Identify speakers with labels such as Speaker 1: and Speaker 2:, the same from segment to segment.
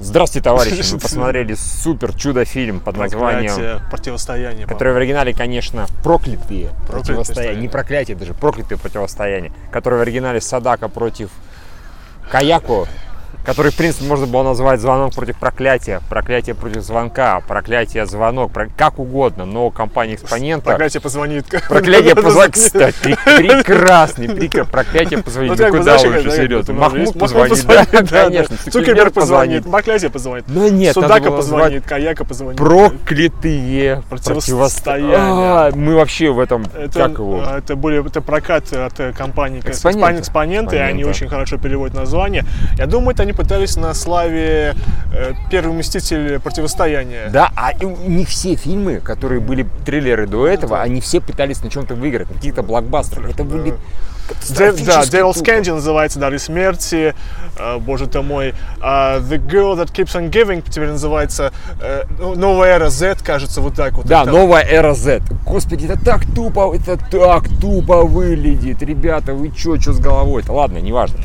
Speaker 1: Здравствуйте, товарищи! Вы посмотрели супер чудо-фильм под названием...
Speaker 2: Проклятие, противостояние.
Speaker 1: Который в оригинале, конечно, проклятые противостояния.
Speaker 2: стояния.
Speaker 1: Не проклятие даже, проклятые противостояния. Который в оригинале Садака против Каяко. Который, в принципе, можно было назвать звонок против проклятия, проклятие против звонка, проклятие звонок, про- как угодно, но компания
Speaker 2: по-моему.
Speaker 1: экспонента.
Speaker 2: Проклятие позвонит. Ну,
Speaker 1: Проклятие позвонит. Кстати, прекрасный. прикр- Проклятие позвонит.
Speaker 2: Ну,
Speaker 1: Ну,
Speaker 2: как бы,
Speaker 1: куда
Speaker 2: знаешь,
Speaker 1: уже
Speaker 2: как-
Speaker 1: серьезно?
Speaker 2: как это
Speaker 1: Махмуд позвонит.
Speaker 2: называется?
Speaker 1: Да,
Speaker 2: позвонит, да, да.
Speaker 1: конечно.
Speaker 2: Цукерберг позвонит, Проклятие позвонит.
Speaker 1: Ну нет, надо
Speaker 2: Судака
Speaker 1: было назвать
Speaker 2: позвонит, Каяка позвонит.
Speaker 1: проклятые
Speaker 2: Противостояние.
Speaker 1: противостояния. А, Мы вообще в этом,
Speaker 2: Это,
Speaker 1: как его,
Speaker 2: а, это были это прокат от э, компании как-
Speaker 1: Экспонента.
Speaker 2: Экспон- экспоненты, и они
Speaker 1: Экспонента.
Speaker 2: очень хорошо переводят название. Я думаю, это они пытались на славе э, первый мститель противостояния.
Speaker 1: Да, а и у- не все фильмы, которые были триллеры до этого, они все пытались на чем-то выиграть, на каких-то блокбастерах. Это были
Speaker 2: Дэ- Да,
Speaker 1: катастрофически
Speaker 2: Дэрил
Speaker 1: тупо.
Speaker 2: Скэнди называется «Дары смерти», э, боже ты мой. А, The Girl That Keeps On Giving теперь называется э, ну, «Новая эра Z», кажется, вот так вот.
Speaker 1: Да,
Speaker 2: Это-
Speaker 1: новая эра Z. Господи, это так тупо, это так тупо выглядит. Ребята, вы чё, чё с головой-то? Ладно, неважно.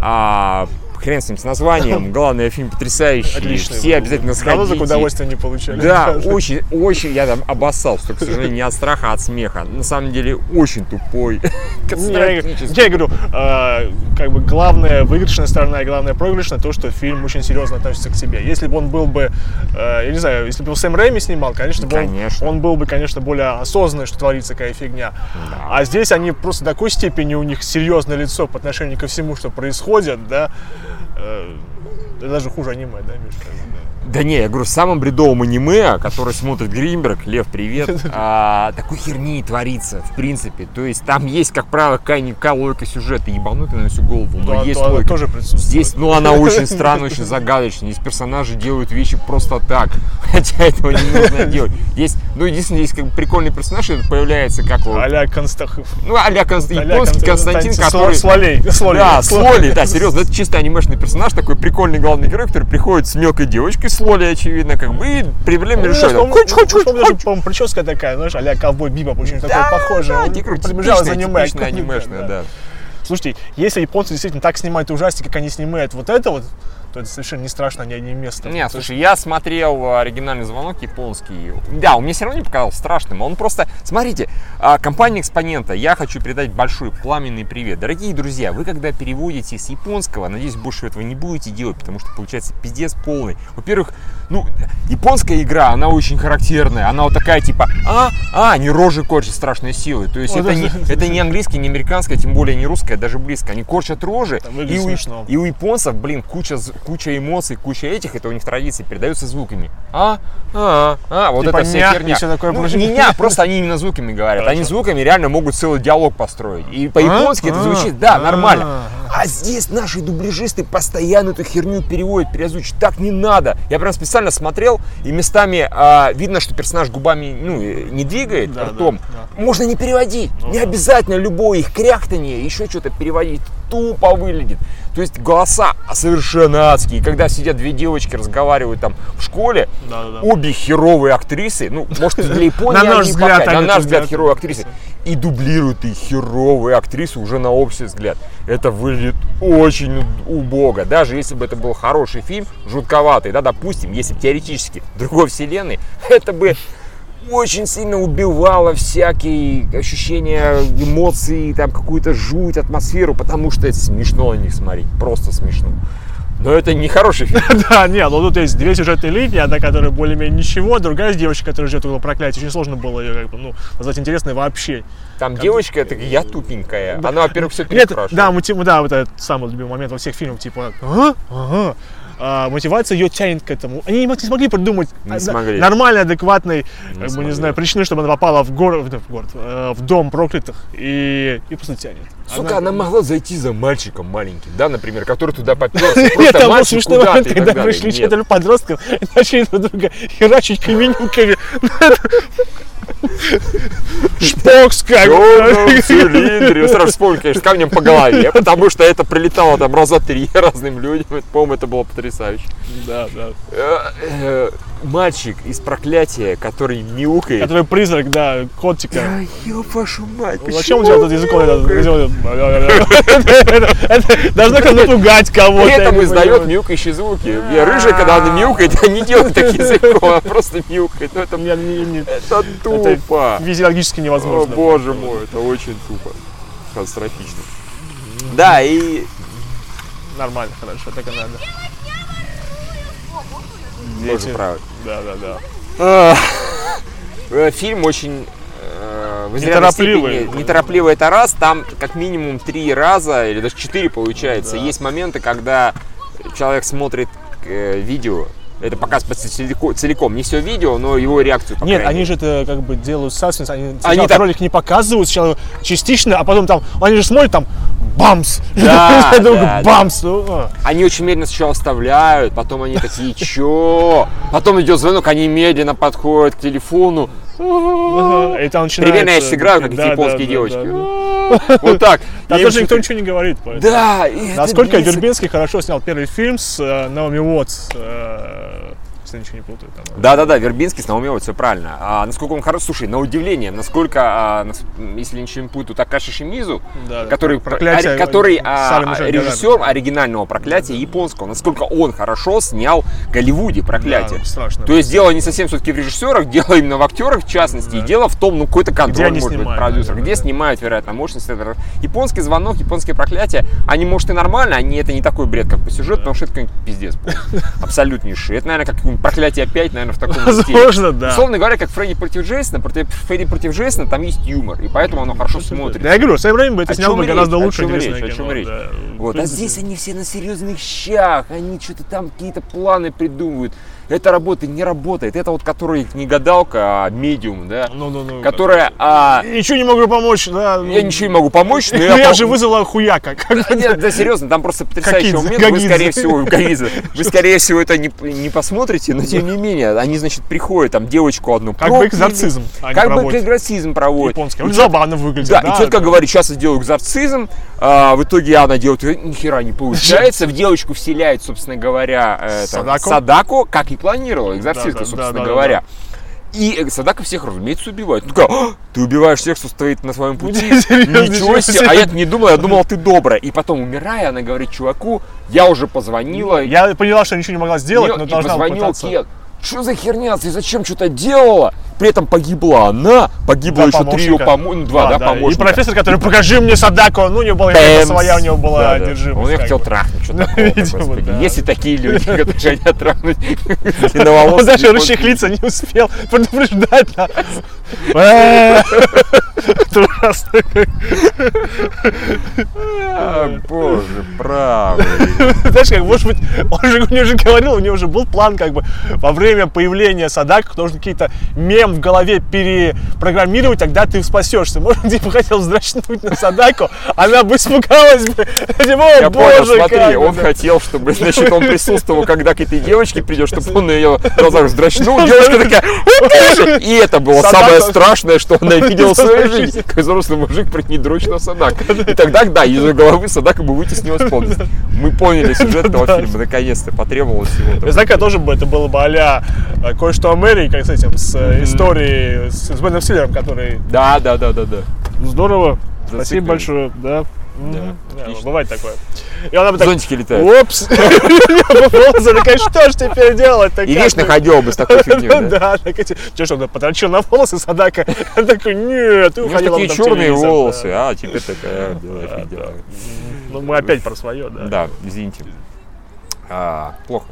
Speaker 1: А, хрен с ним, с названием. Главное, фильм потрясающий.
Speaker 2: Отлично.
Speaker 1: Все обязательно
Speaker 2: Давно такое
Speaker 1: сходите.
Speaker 2: удовольствие не получали.
Speaker 1: Да, очень, очень, я там обоссался, к сожалению, не от страха, а от смеха. На самом деле, очень тупой.
Speaker 2: Не, Я,
Speaker 1: Катастрофически.
Speaker 2: я говорю, э, как бы главная выигрышная сторона и главная проигрышная то, что фильм очень серьезно относится к тебе. Если бы он был бы, э, я не знаю, если бы его Сэм Рэйми снимал, конечно, бы он-
Speaker 1: Конечно.
Speaker 2: Он, был бы, конечно, более осознанный, что творится какая фигня. А здесь они просто до такой степени у них серьезное лицо по отношению ко всему, что происходит, да. э, это даже хуже аниме, да, Миш? как бы, да.
Speaker 1: Да не, я говорю, в самом бредовом аниме, а, который смотрит Гринберг, Лев, привет, а, такой херни творится, в принципе. То есть там есть, как правило, какая-никакая логика сюжета, ебанутая на всю голову, но
Speaker 2: Да,
Speaker 1: Ну, есть
Speaker 2: то она
Speaker 1: логика.
Speaker 2: тоже присутствует.
Speaker 1: Здесь, ну, она очень странная, очень загадочная. Здесь персонажи делают вещи просто так, хотя этого не нужно делать. Есть, ну, единственное, есть как бы прикольный персонаж, который появляется как его-
Speaker 2: А-ля Константин.
Speaker 1: ну, а-ля Конст- японский Константин, который...
Speaker 2: Слолей. Слолей.
Speaker 1: Да, с
Speaker 2: Слолей.
Speaker 1: Лолей, да, серьезно, это чисто анимешный персонаж, такой прикольный главный герой, который приходит с мелкой девочкой, с Лолей, очевидно, как бы, и проблем
Speaker 2: Ну,
Speaker 1: решает.
Speaker 2: знаешь,
Speaker 1: Он,
Speaker 2: по-моему,
Speaker 1: Хочешь, хочешь,
Speaker 2: по-моему, даже,
Speaker 1: хочешь,
Speaker 2: по-моему, прическа такая, знаешь, а-ля ковбой Бибоп, очень такой похожий.
Speaker 1: Да, типа,
Speaker 2: он
Speaker 1: типичная,
Speaker 2: приближалось аниме.
Speaker 1: типичная анимешная, да.
Speaker 2: Слушайте, если японцы действительно так снимают ужастики, как они снимают вот это вот, то это совершенно не страшно, они одним местом.
Speaker 1: Не, слушай, я смотрел э, оригинальный звонок японский. Да, он мне все равно не показался страшным. Он просто, смотрите, а, компания Экспонента, я хочу передать большой пламенный привет. Дорогие друзья, вы когда переводите с японского, надеюсь, больше вы этого не будете делать, потому что получается пиздец полный. Во-первых, ну, японская игра, она очень характерная. Она вот такая, типа, а, а, не рожи корчат страшной силы. То есть
Speaker 2: Ой,
Speaker 1: это,
Speaker 2: да,
Speaker 1: не,
Speaker 2: да,
Speaker 1: это не английская, не американская, тем более не русская, даже близко. Они корчат рожи.
Speaker 2: Там
Speaker 1: И
Speaker 2: выглядит
Speaker 1: у,
Speaker 2: смешно.
Speaker 1: и у японцев, блин, куча, з- куча эмоций, куча этих, это у них традиции, передаются звуками. А, а, а, вот
Speaker 2: Типа
Speaker 1: это вся
Speaker 2: «ня» и
Speaker 1: херня.
Speaker 2: всё такое
Speaker 1: ну,
Speaker 2: прочее.
Speaker 1: не «ня», просто они именно звуками говорят. Они
Speaker 2: Хорошо.
Speaker 1: звуками реально могут целый диалог построить. И по-японски это
Speaker 2: А,
Speaker 1: звучит, да,
Speaker 2: а,
Speaker 1: нормально. А здесь наши дубляжисты постоянно эту херню переводят, переозвучивают. Так не надо. Я прям специально смотрел, и местами а, видно, что персонаж губами ну, э, не двигает,
Speaker 2: Да,
Speaker 1: ртом.
Speaker 2: да,
Speaker 1: Можно не переводить. не обязательно любое их кряхтание, еще что-то переводить. Тупо выглядит. То есть голоса а, совершенно адские. И Когда сидят две девочки, разговаривают там в школе,
Speaker 2: Да-да-да.
Speaker 1: обе херовые актрисы, ну, может, для Японии
Speaker 2: На наш
Speaker 1: они
Speaker 2: взгляд,
Speaker 1: пока- на
Speaker 2: они
Speaker 1: наш
Speaker 2: тут
Speaker 1: взгляд,
Speaker 2: для-
Speaker 1: херовые актрисы. И дублируют их херовые актрисы уже на общий взгляд. Это выглядит очень убого. Даже если бы это был хороший фильм, жутковатый, да, допустим, если бы теоретически другой вселенной, это бы очень сильно убивало всякие ощущения, эмоции, там какую-то жуть, атмосферу, потому что это смешно на них смотреть, просто смешно. Но это не хороший фильм.
Speaker 2: Да, нет, ну тут есть две сюжетные линии, одна, которая более-менее ничего, другая с девочкой, которая ждет угла проклятия. Очень сложно было ее, как бы, ну, назвать интересной вообще.
Speaker 1: Там девочка, это я тупенькая. Она, во-первых, все
Speaker 2: Нет,
Speaker 1: переспрашивает.
Speaker 2: да, мотив- да, вот этот самый любимый момент во всех фильмах, типа, ага, ага. А, мотивация ее тянет к этому. Они не мог- не смогли придумать
Speaker 1: Не
Speaker 2: а, да,
Speaker 1: смогли.
Speaker 2: нормальной, адекватной, как бы,
Speaker 1: смогли.
Speaker 2: не знаю, причины, чтобы она попала в город, в город, э, в дом проклятых и, и просто тянет.
Speaker 1: Сука, она могла зайти за мальчиком маленьким, да, например, который туда поперся.
Speaker 2: Нет,
Speaker 1: Просто
Speaker 2: там был
Speaker 1: мальчик
Speaker 2: смешной
Speaker 1: куда-то
Speaker 2: момент,
Speaker 1: и так
Speaker 2: когда
Speaker 1: далее.
Speaker 2: пришли
Speaker 1: Нет.
Speaker 2: четверо подростков и начали друг друга херачить каменюками. Шпокс как!
Speaker 1: Ёбаный в цилиндре. Сразу вспомнил, конечно, с камнем по голове, потому что это прилетало там раза три разным людям. Это, По-моему, это было потрясающе.
Speaker 2: Да, да.
Speaker 1: Э, э, мальчик из проклятия, который мяукает.
Speaker 2: Который призрак, да, котика.
Speaker 1: Да ёб вашу мать,
Speaker 2: Ну, Зачем
Speaker 1: почему
Speaker 2: он делает этот языком? этот-
Speaker 1: мяукает?
Speaker 2: делает этот- Это это должно как напугать кого-то.
Speaker 1: При
Speaker 2: я
Speaker 1: этом
Speaker 2: не
Speaker 1: издает
Speaker 2: понимаю.
Speaker 1: мяукающие звуки. Я рыжий, когда она мяукает, она не делает так языком, она просто мяукает. Ну это,
Speaker 2: Мне- мне- мне
Speaker 1: это тупо.
Speaker 2: Физиологически
Speaker 1: О
Speaker 2: невозможно.
Speaker 1: боже мой, это очень тупо. Катастрофично. Да, и
Speaker 2: Нормально, хорошо, так и надо.
Speaker 1: Боже
Speaker 2: Дети.
Speaker 1: правый.
Speaker 2: Да, да, да.
Speaker 1: Э, э, фильм очень э, в изрядной
Speaker 2: Неторопливый.
Speaker 1: степени- неторопливый это раз, там как минимум три раза или даже четыре получается. Есть моменты, когда человек смотрит э, видео, это показывается целиком, целиком, не все видео, но его реакцию. по
Speaker 2: Нет,
Speaker 1: крайней
Speaker 2: они
Speaker 1: мере.
Speaker 2: же это как бы делают саспенс, они
Speaker 1: Они
Speaker 2: сначала
Speaker 1: так-
Speaker 2: ролик не показывают сначала частично, а потом там, они же смотрят там, бамс!
Speaker 1: Да,
Speaker 2: Я думаю,
Speaker 1: да, да.
Speaker 2: бамс! ну, а.
Speaker 1: Они очень медленно сначала вставляют, потом они такие, чё? Потом идет звонок, они медленно подходят к телефону.
Speaker 2: И там начинается...
Speaker 1: Примерно я сейчас играю, как эти
Speaker 2: Да, да,
Speaker 1: японские
Speaker 2: да,
Speaker 1: девочки.
Speaker 2: да, да.
Speaker 1: Вот так.
Speaker 2: Там
Speaker 1: Я
Speaker 2: даже
Speaker 1: им
Speaker 2: никто
Speaker 1: что-то-
Speaker 2: ничего не говорит. поэтому.
Speaker 1: Да, и это
Speaker 2: Насколько
Speaker 1: бесит.
Speaker 2: Дербинский хорошо снял первый фильм с э, Наоми Уотс, э, если ничего не путаю. Там,
Speaker 1: Да-да-да, Вербинский с Наумевой, все правильно. А насколько он хорош, слушай, на удивление, насколько, а, нас- если ничего не путаю, Такаши Шимизу,
Speaker 2: Да, да.
Speaker 1: который,
Speaker 2: Проклятие,
Speaker 1: ори- который а,
Speaker 2: Салем
Speaker 1: а,
Speaker 2: уже
Speaker 1: режиссер оригинального проклятия японского, насколько он хорошо снял в Голливуде проклятие.
Speaker 2: Да, страшно.
Speaker 1: То есть дело не совсем все-таки в режиссерах, дело именно в актерах, в частности, и дело в том, ну, какой-то контроль,
Speaker 2: они
Speaker 1: может быть,
Speaker 2: снимают,
Speaker 1: продюсер,
Speaker 2: наверное,
Speaker 1: где
Speaker 2: да.
Speaker 1: снимают, вероятно, мощность. Это... Японский звонок, японские проклятия, они, может, и нормально, они это не такой бред, как по сюжету, потому что это какой-нибудь пиздец был. Абсолютнейший. Это, наверное, как какое-нибудь проклятие 5, наверное, в таком же стиле.
Speaker 2: Возможно, да.
Speaker 1: Условно говоря, как Фредди против Джейсона, против Фредди против Джейсона там есть юмор, и поэтому оно хорошо смотрится.
Speaker 2: Да, я говорю, в свое время бы это
Speaker 1: О
Speaker 2: снял
Speaker 1: чем
Speaker 2: бы
Speaker 1: речь?
Speaker 2: гораздо
Speaker 1: О
Speaker 2: лучше,
Speaker 1: чем
Speaker 2: интересное
Speaker 1: речь? О чем
Speaker 2: кино,
Speaker 1: речь?
Speaker 2: да. Ну, В
Speaker 1: Вот, а
Speaker 2: принципе,
Speaker 1: здесь они все на серьезных щах, они что-то там какие-то планы придумывают. Это работает, не работает. Это вот который не гадалка, а медиум, да,
Speaker 2: Ну, ну, ну.
Speaker 1: которая, а,
Speaker 2: Ничего не могу помочь, да. ну,
Speaker 1: я ничего не могу помочь, но
Speaker 2: ну,
Speaker 1: я,
Speaker 2: я,
Speaker 1: пом-
Speaker 2: же вызвала хуяка.
Speaker 1: Да нет, да серьезно, там просто потрясающий
Speaker 2: Гагидзе,
Speaker 1: момент. Вы,
Speaker 2: Гагидзе.
Speaker 1: скорее всего, Гагидзе, вы, скорее всего, это не, не посмотрите, но тем не менее, они, значит, приходят, там девочку одну
Speaker 2: Как бы
Speaker 1: прокляли,
Speaker 2: экзорцизм а они
Speaker 1: Как бы
Speaker 2: проводят.
Speaker 1: экзорцизм проводит.
Speaker 2: Японский. Он Ну, забавно выглядит.
Speaker 1: Да, и четко говорит, сейчас я сделаю экзорцизм, а, в итоге она делает, э, нихера не получается, в девочку вселяет, собственно говоря, э, это,
Speaker 2: Садако.
Speaker 1: Садако, как и планировала, экзорцистка,
Speaker 2: Да, да,
Speaker 1: собственно
Speaker 2: да, да, да,
Speaker 1: говоря. И э, Садако всех, разумеется, убивает. Ну как, «А, ты убиваешь всех, кто стоит на своем пути.
Speaker 2: Серьезно,
Speaker 1: Ничего себе.
Speaker 2: серьезно.
Speaker 1: А я не думал, я думал, ты добрая. И потом, умирая, она говорит чуваку, я уже позвонила.
Speaker 2: Я поняла, что ничего не могла сделать,
Speaker 1: Мне-
Speaker 2: но
Speaker 1: и
Speaker 2: должна была
Speaker 1: позвонил
Speaker 2: пытаться.
Speaker 1: Кет. Что за херня? Ты зачем что-то делала? При этом погибла она, погибло
Speaker 2: Два
Speaker 1: еще три ее
Speaker 2: помощника.
Speaker 1: помо- ну, два, да,
Speaker 2: И
Speaker 1: помощника.
Speaker 2: профессор, который, покажи мне Садако, ну, у него была какая-то
Speaker 1: Пэмс.
Speaker 2: своя, у него была
Speaker 1: Да, да.
Speaker 2: одержимость.
Speaker 1: Он ее
Speaker 2: как
Speaker 1: хотел
Speaker 2: бы.
Speaker 1: трахнуть, что такого,
Speaker 2: видимо,
Speaker 1: господи.
Speaker 2: да.
Speaker 1: Есть и такие люди, которые хотят трахнуть
Speaker 2: Он
Speaker 1: длинноволосых
Speaker 2: даже
Speaker 1: японцев.
Speaker 2: расчехлиться не успел, предупреждать нас. Э, это ужасно.
Speaker 1: А, Боже, правый.
Speaker 2: Знаешь, как, может быть, он же мне уже говорил, у него уже был план, как бы, во время появления Садак нужно какие-то мем в голове перепрограммировать, тогда ты спасешься. Может, типа, хотел вздрачнуть на Садаку, она бы испугалась бы. Типа, «О,
Speaker 1: Я понял,
Speaker 2: боже,
Speaker 1: смотри,
Speaker 2: как
Speaker 1: он
Speaker 2: это».
Speaker 1: хотел, чтобы, значит, он присутствовал, когда к этой девочке придет, чтобы он ее глазах вздрачнул, девочка такая, «О, боже!» И это было
Speaker 2: Садако.
Speaker 1: самое страшное, что она видела в своей жизни. Как взрослый мужик при ней дрочь на Садак. И тогда, да, из ее головы Садака бы вытеснилась полностью. Мы поняли сюжет этого фильма, наконец-то, потребовалось всего.
Speaker 2: Я знаю, когда тоже бы это было бы а-ля э, кое-что о Мэрии, как с этим, с э, историей, с, с Беном Стиллером, который
Speaker 1: Да, да, да, да, да.
Speaker 2: Здорово.
Speaker 1: Зациклились.
Speaker 2: Спасибо большое. Да. Мгм. Да,
Speaker 1: отлично.
Speaker 2: бывает такое. И она бы так...
Speaker 1: Зонтики летают.
Speaker 2: Опс! Ползали, такая, что ж теперь делать?
Speaker 1: И вечно ходила бы с такой фигней.
Speaker 2: Да,
Speaker 1: да.
Speaker 2: да, так эти... Че, что, он потрачил на волосы Садака? Он такой, нет, ты
Speaker 1: У них
Speaker 2: уходила
Speaker 1: такие
Speaker 2: там в
Speaker 1: черные
Speaker 2: телевизор».
Speaker 1: волосы,
Speaker 2: Да.
Speaker 1: а теперь такая белая фигня.
Speaker 2: Ну, мы опять про свое, да.
Speaker 1: Да, извините. А, Плохо.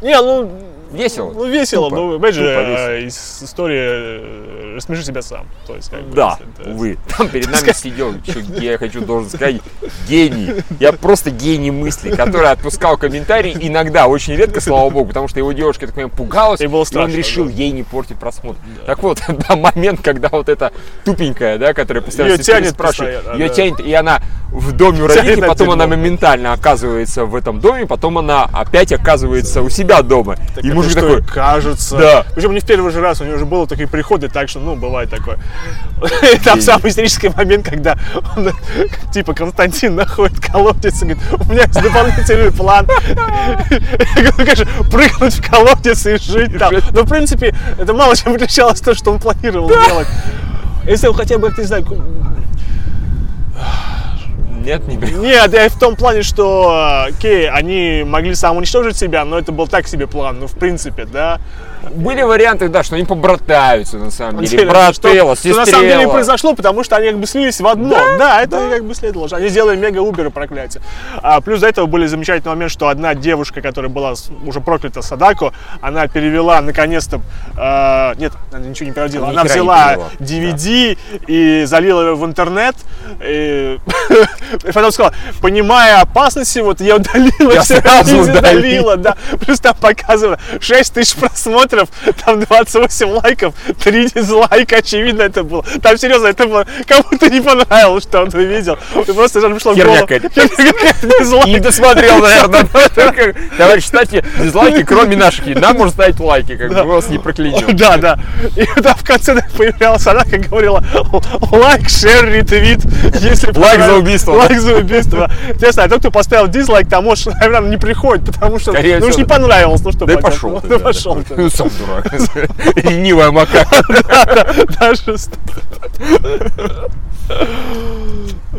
Speaker 2: Не, ну...
Speaker 1: Весело.
Speaker 2: Ну, весело,
Speaker 1: Тупо.
Speaker 2: ну, опять же,
Speaker 1: Тупо
Speaker 2: э,
Speaker 1: весело.
Speaker 2: из- история э, «Рассмеши себя сам». То есть, как бы,
Speaker 1: Да,
Speaker 2: если это-
Speaker 1: увы. Там перед нами сидел, чё, я хочу должен сказать, гений. Я просто гений мысли, который отпускал комментарии иногда, очень редко, слава богу, потому что его девушка, я так понимаю, пугалась,
Speaker 2: Ей было
Speaker 1: и
Speaker 2: страшно,
Speaker 1: он решил
Speaker 2: да.
Speaker 1: ей не портить просмотр. Так вот, да, момент, когда вот эта тупенькая, да, которая постоянно
Speaker 2: Её
Speaker 1: всё время
Speaker 2: тянет
Speaker 1: спрашивает,
Speaker 2: постоянно,
Speaker 1: ее
Speaker 2: да.
Speaker 1: тянет, и она в доме у родителей,
Speaker 2: Тянет
Speaker 1: потом она
Speaker 2: одинок.
Speaker 1: моментально оказывается в этом доме, потом она опять оказывается у себя дома.
Speaker 2: Так
Speaker 1: И
Speaker 2: это
Speaker 1: мужик
Speaker 2: что,
Speaker 1: такой,
Speaker 2: кажется.
Speaker 1: Да.
Speaker 2: Причем не в первый же раз, у него уже было такие приходы, так что, ну, бывает такое. Там самый исторический момент, когда он, типа, Константин находит колодец и говорит, у меня есть дополнительный план. Я говорю, конечно, прыгнуть в колодец и жить там. Но, в принципе, это мало чем отличалось от того, что он планировал делать. Если он хотя бы, как не знаю,
Speaker 1: нет, не беру».
Speaker 2: нет, я в том плане, что, окей, они могли самоуничтожить себя, но это был так себе план, ну, в принципе, да.
Speaker 1: Были варианты, да, что они побратаются, на самом
Speaker 2: самом
Speaker 1: деле.
Speaker 2: деле,
Speaker 1: Брателла,
Speaker 2: что, что на самом деле и
Speaker 1: сестрела.
Speaker 2: произошло, потому что они как бы слились в одно. Да, это как бы следовало. Они сделали мега-уберы проклятие. А, плюс до этого были замечательный момент, что одна девушка, которая была с- уже проклята Садако, она перевела наконец-то... э, нет, она ничего не переводила.
Speaker 1: Она
Speaker 2: Она
Speaker 1: ни хера не
Speaker 2: взяла
Speaker 1: перевела.
Speaker 2: DVD и залила его в интернет. И, и потом сказала, понимая опасности, вот я удалила
Speaker 1: Я
Speaker 2: всё,
Speaker 1: сразу
Speaker 2: и
Speaker 1: удалила».
Speaker 2: удалила было, да. Плюс там показано 6 тысяч просмотров, там 28 лайков, 3 дизлайка, очевидно, это было. Там, серьезно, это было, кому-то не понравилось, что он увидел. Просто жаль, пришло в
Speaker 1: Херня
Speaker 2: голову.
Speaker 1: какая-то.
Speaker 2: Херня какая-то,
Speaker 1: Не
Speaker 2: дизлайк.
Speaker 1: досмотрел, наверное. Только, Товарищ, ставьте дизлайки, кроме наших. И Нам можно ставить лайки, как бы мы вас не проклянем.
Speaker 2: Да, да. И там в конце появлялась она, как говорила, лайк, шер, ретвит. Если понравилось».
Speaker 1: за убийство.
Speaker 2: Лайк за убийство. да. Интересно, а тот, кто поставил дизлайк, там, может, наверное, не приходит, потому что,
Speaker 1: Скорее
Speaker 2: ну, уж
Speaker 1: всего,
Speaker 2: не понравилось, ну что
Speaker 1: Да и
Speaker 2: поделать.
Speaker 1: пошел. ты,
Speaker 2: Ну,
Speaker 1: да,
Speaker 2: пошел.
Speaker 1: да.
Speaker 2: ты.
Speaker 1: Ну, сам дурак. а Ленивая макака.
Speaker 2: Даже ст-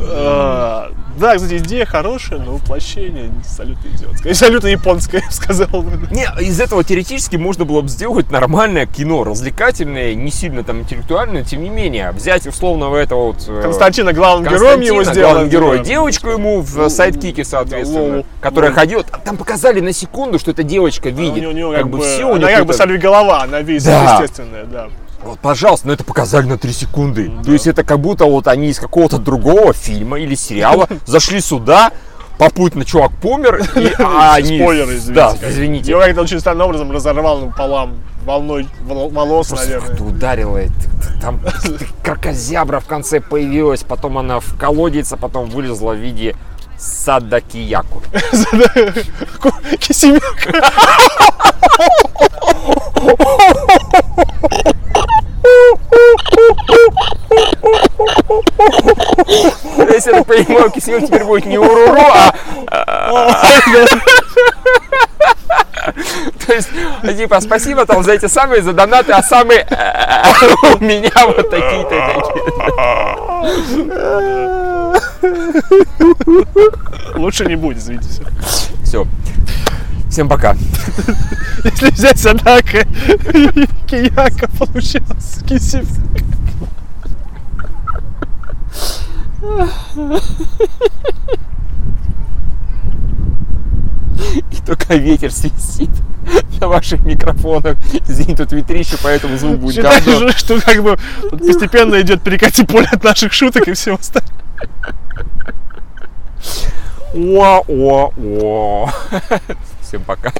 Speaker 2: А, Да, кстати, идея хорошая, но воплощение абсолютно идиотское. Абсолютно японское, я бы сказал. бы.
Speaker 1: Не, из этого теоретически можно было бы сделать нормальное кино, развлекательное, не сильно там интеллектуальное, тем не менее. Взять условного этого вот... э,
Speaker 2: Константина главным героем
Speaker 1: Константина,
Speaker 2: его
Speaker 1: главного
Speaker 2: сделали.
Speaker 1: героя,
Speaker 2: да.
Speaker 1: девочку ему в э, сайдкике, соответственно,
Speaker 2: лол.
Speaker 1: которая
Speaker 2: Лол.
Speaker 1: ходила. А Там показали на секунду, что эта девочка
Speaker 2: У
Speaker 1: видит.
Speaker 2: нее- у нее
Speaker 1: как бы все, у
Speaker 2: она
Speaker 1: нее
Speaker 2: как бы
Speaker 1: какой-то-
Speaker 2: голова, она весь
Speaker 1: Да.
Speaker 2: естественная, да.
Speaker 1: Вот, пожалуйста, но это показали на 3 секунды.
Speaker 2: Ну
Speaker 1: То есть это как будто вот они из какого-то другого фильма или сериала зашли сюда, попутно чувак помер, и а они...
Speaker 2: Спойлеры, извините.
Speaker 1: Да,
Speaker 2: конечно.
Speaker 1: извините.
Speaker 2: Ее как-то очень странным образом разорвал напополам волной вол- волос,
Speaker 1: Просто
Speaker 2: наверное.
Speaker 1: как-то ударило, и т- т- там крокозябра в конце появилась, потом она в колодец, а потом вылезла в виде Садакияку.
Speaker 2: Кисимяка.
Speaker 1: Если я так понимаю, Киселев теперь будет не уруру, а... То есть, типа, спасибо там за эти самые, за донаты, а самые у меня вот такие-то такие.
Speaker 2: Лучше не будет, извините. всё.
Speaker 1: Все. Всем пока.
Speaker 2: Если взять Садака и Кияка, получилось кисим.
Speaker 1: И только ветер свистит на ваших микрофонах. Извини, тут ветрище, поэтому звук будет
Speaker 2: Считаю,
Speaker 1: говно.
Speaker 2: же, что как бы тут постепенно идет перекати поле от наших шуток и всего остального.
Speaker 1: Уа-уа-уа. Всем пока.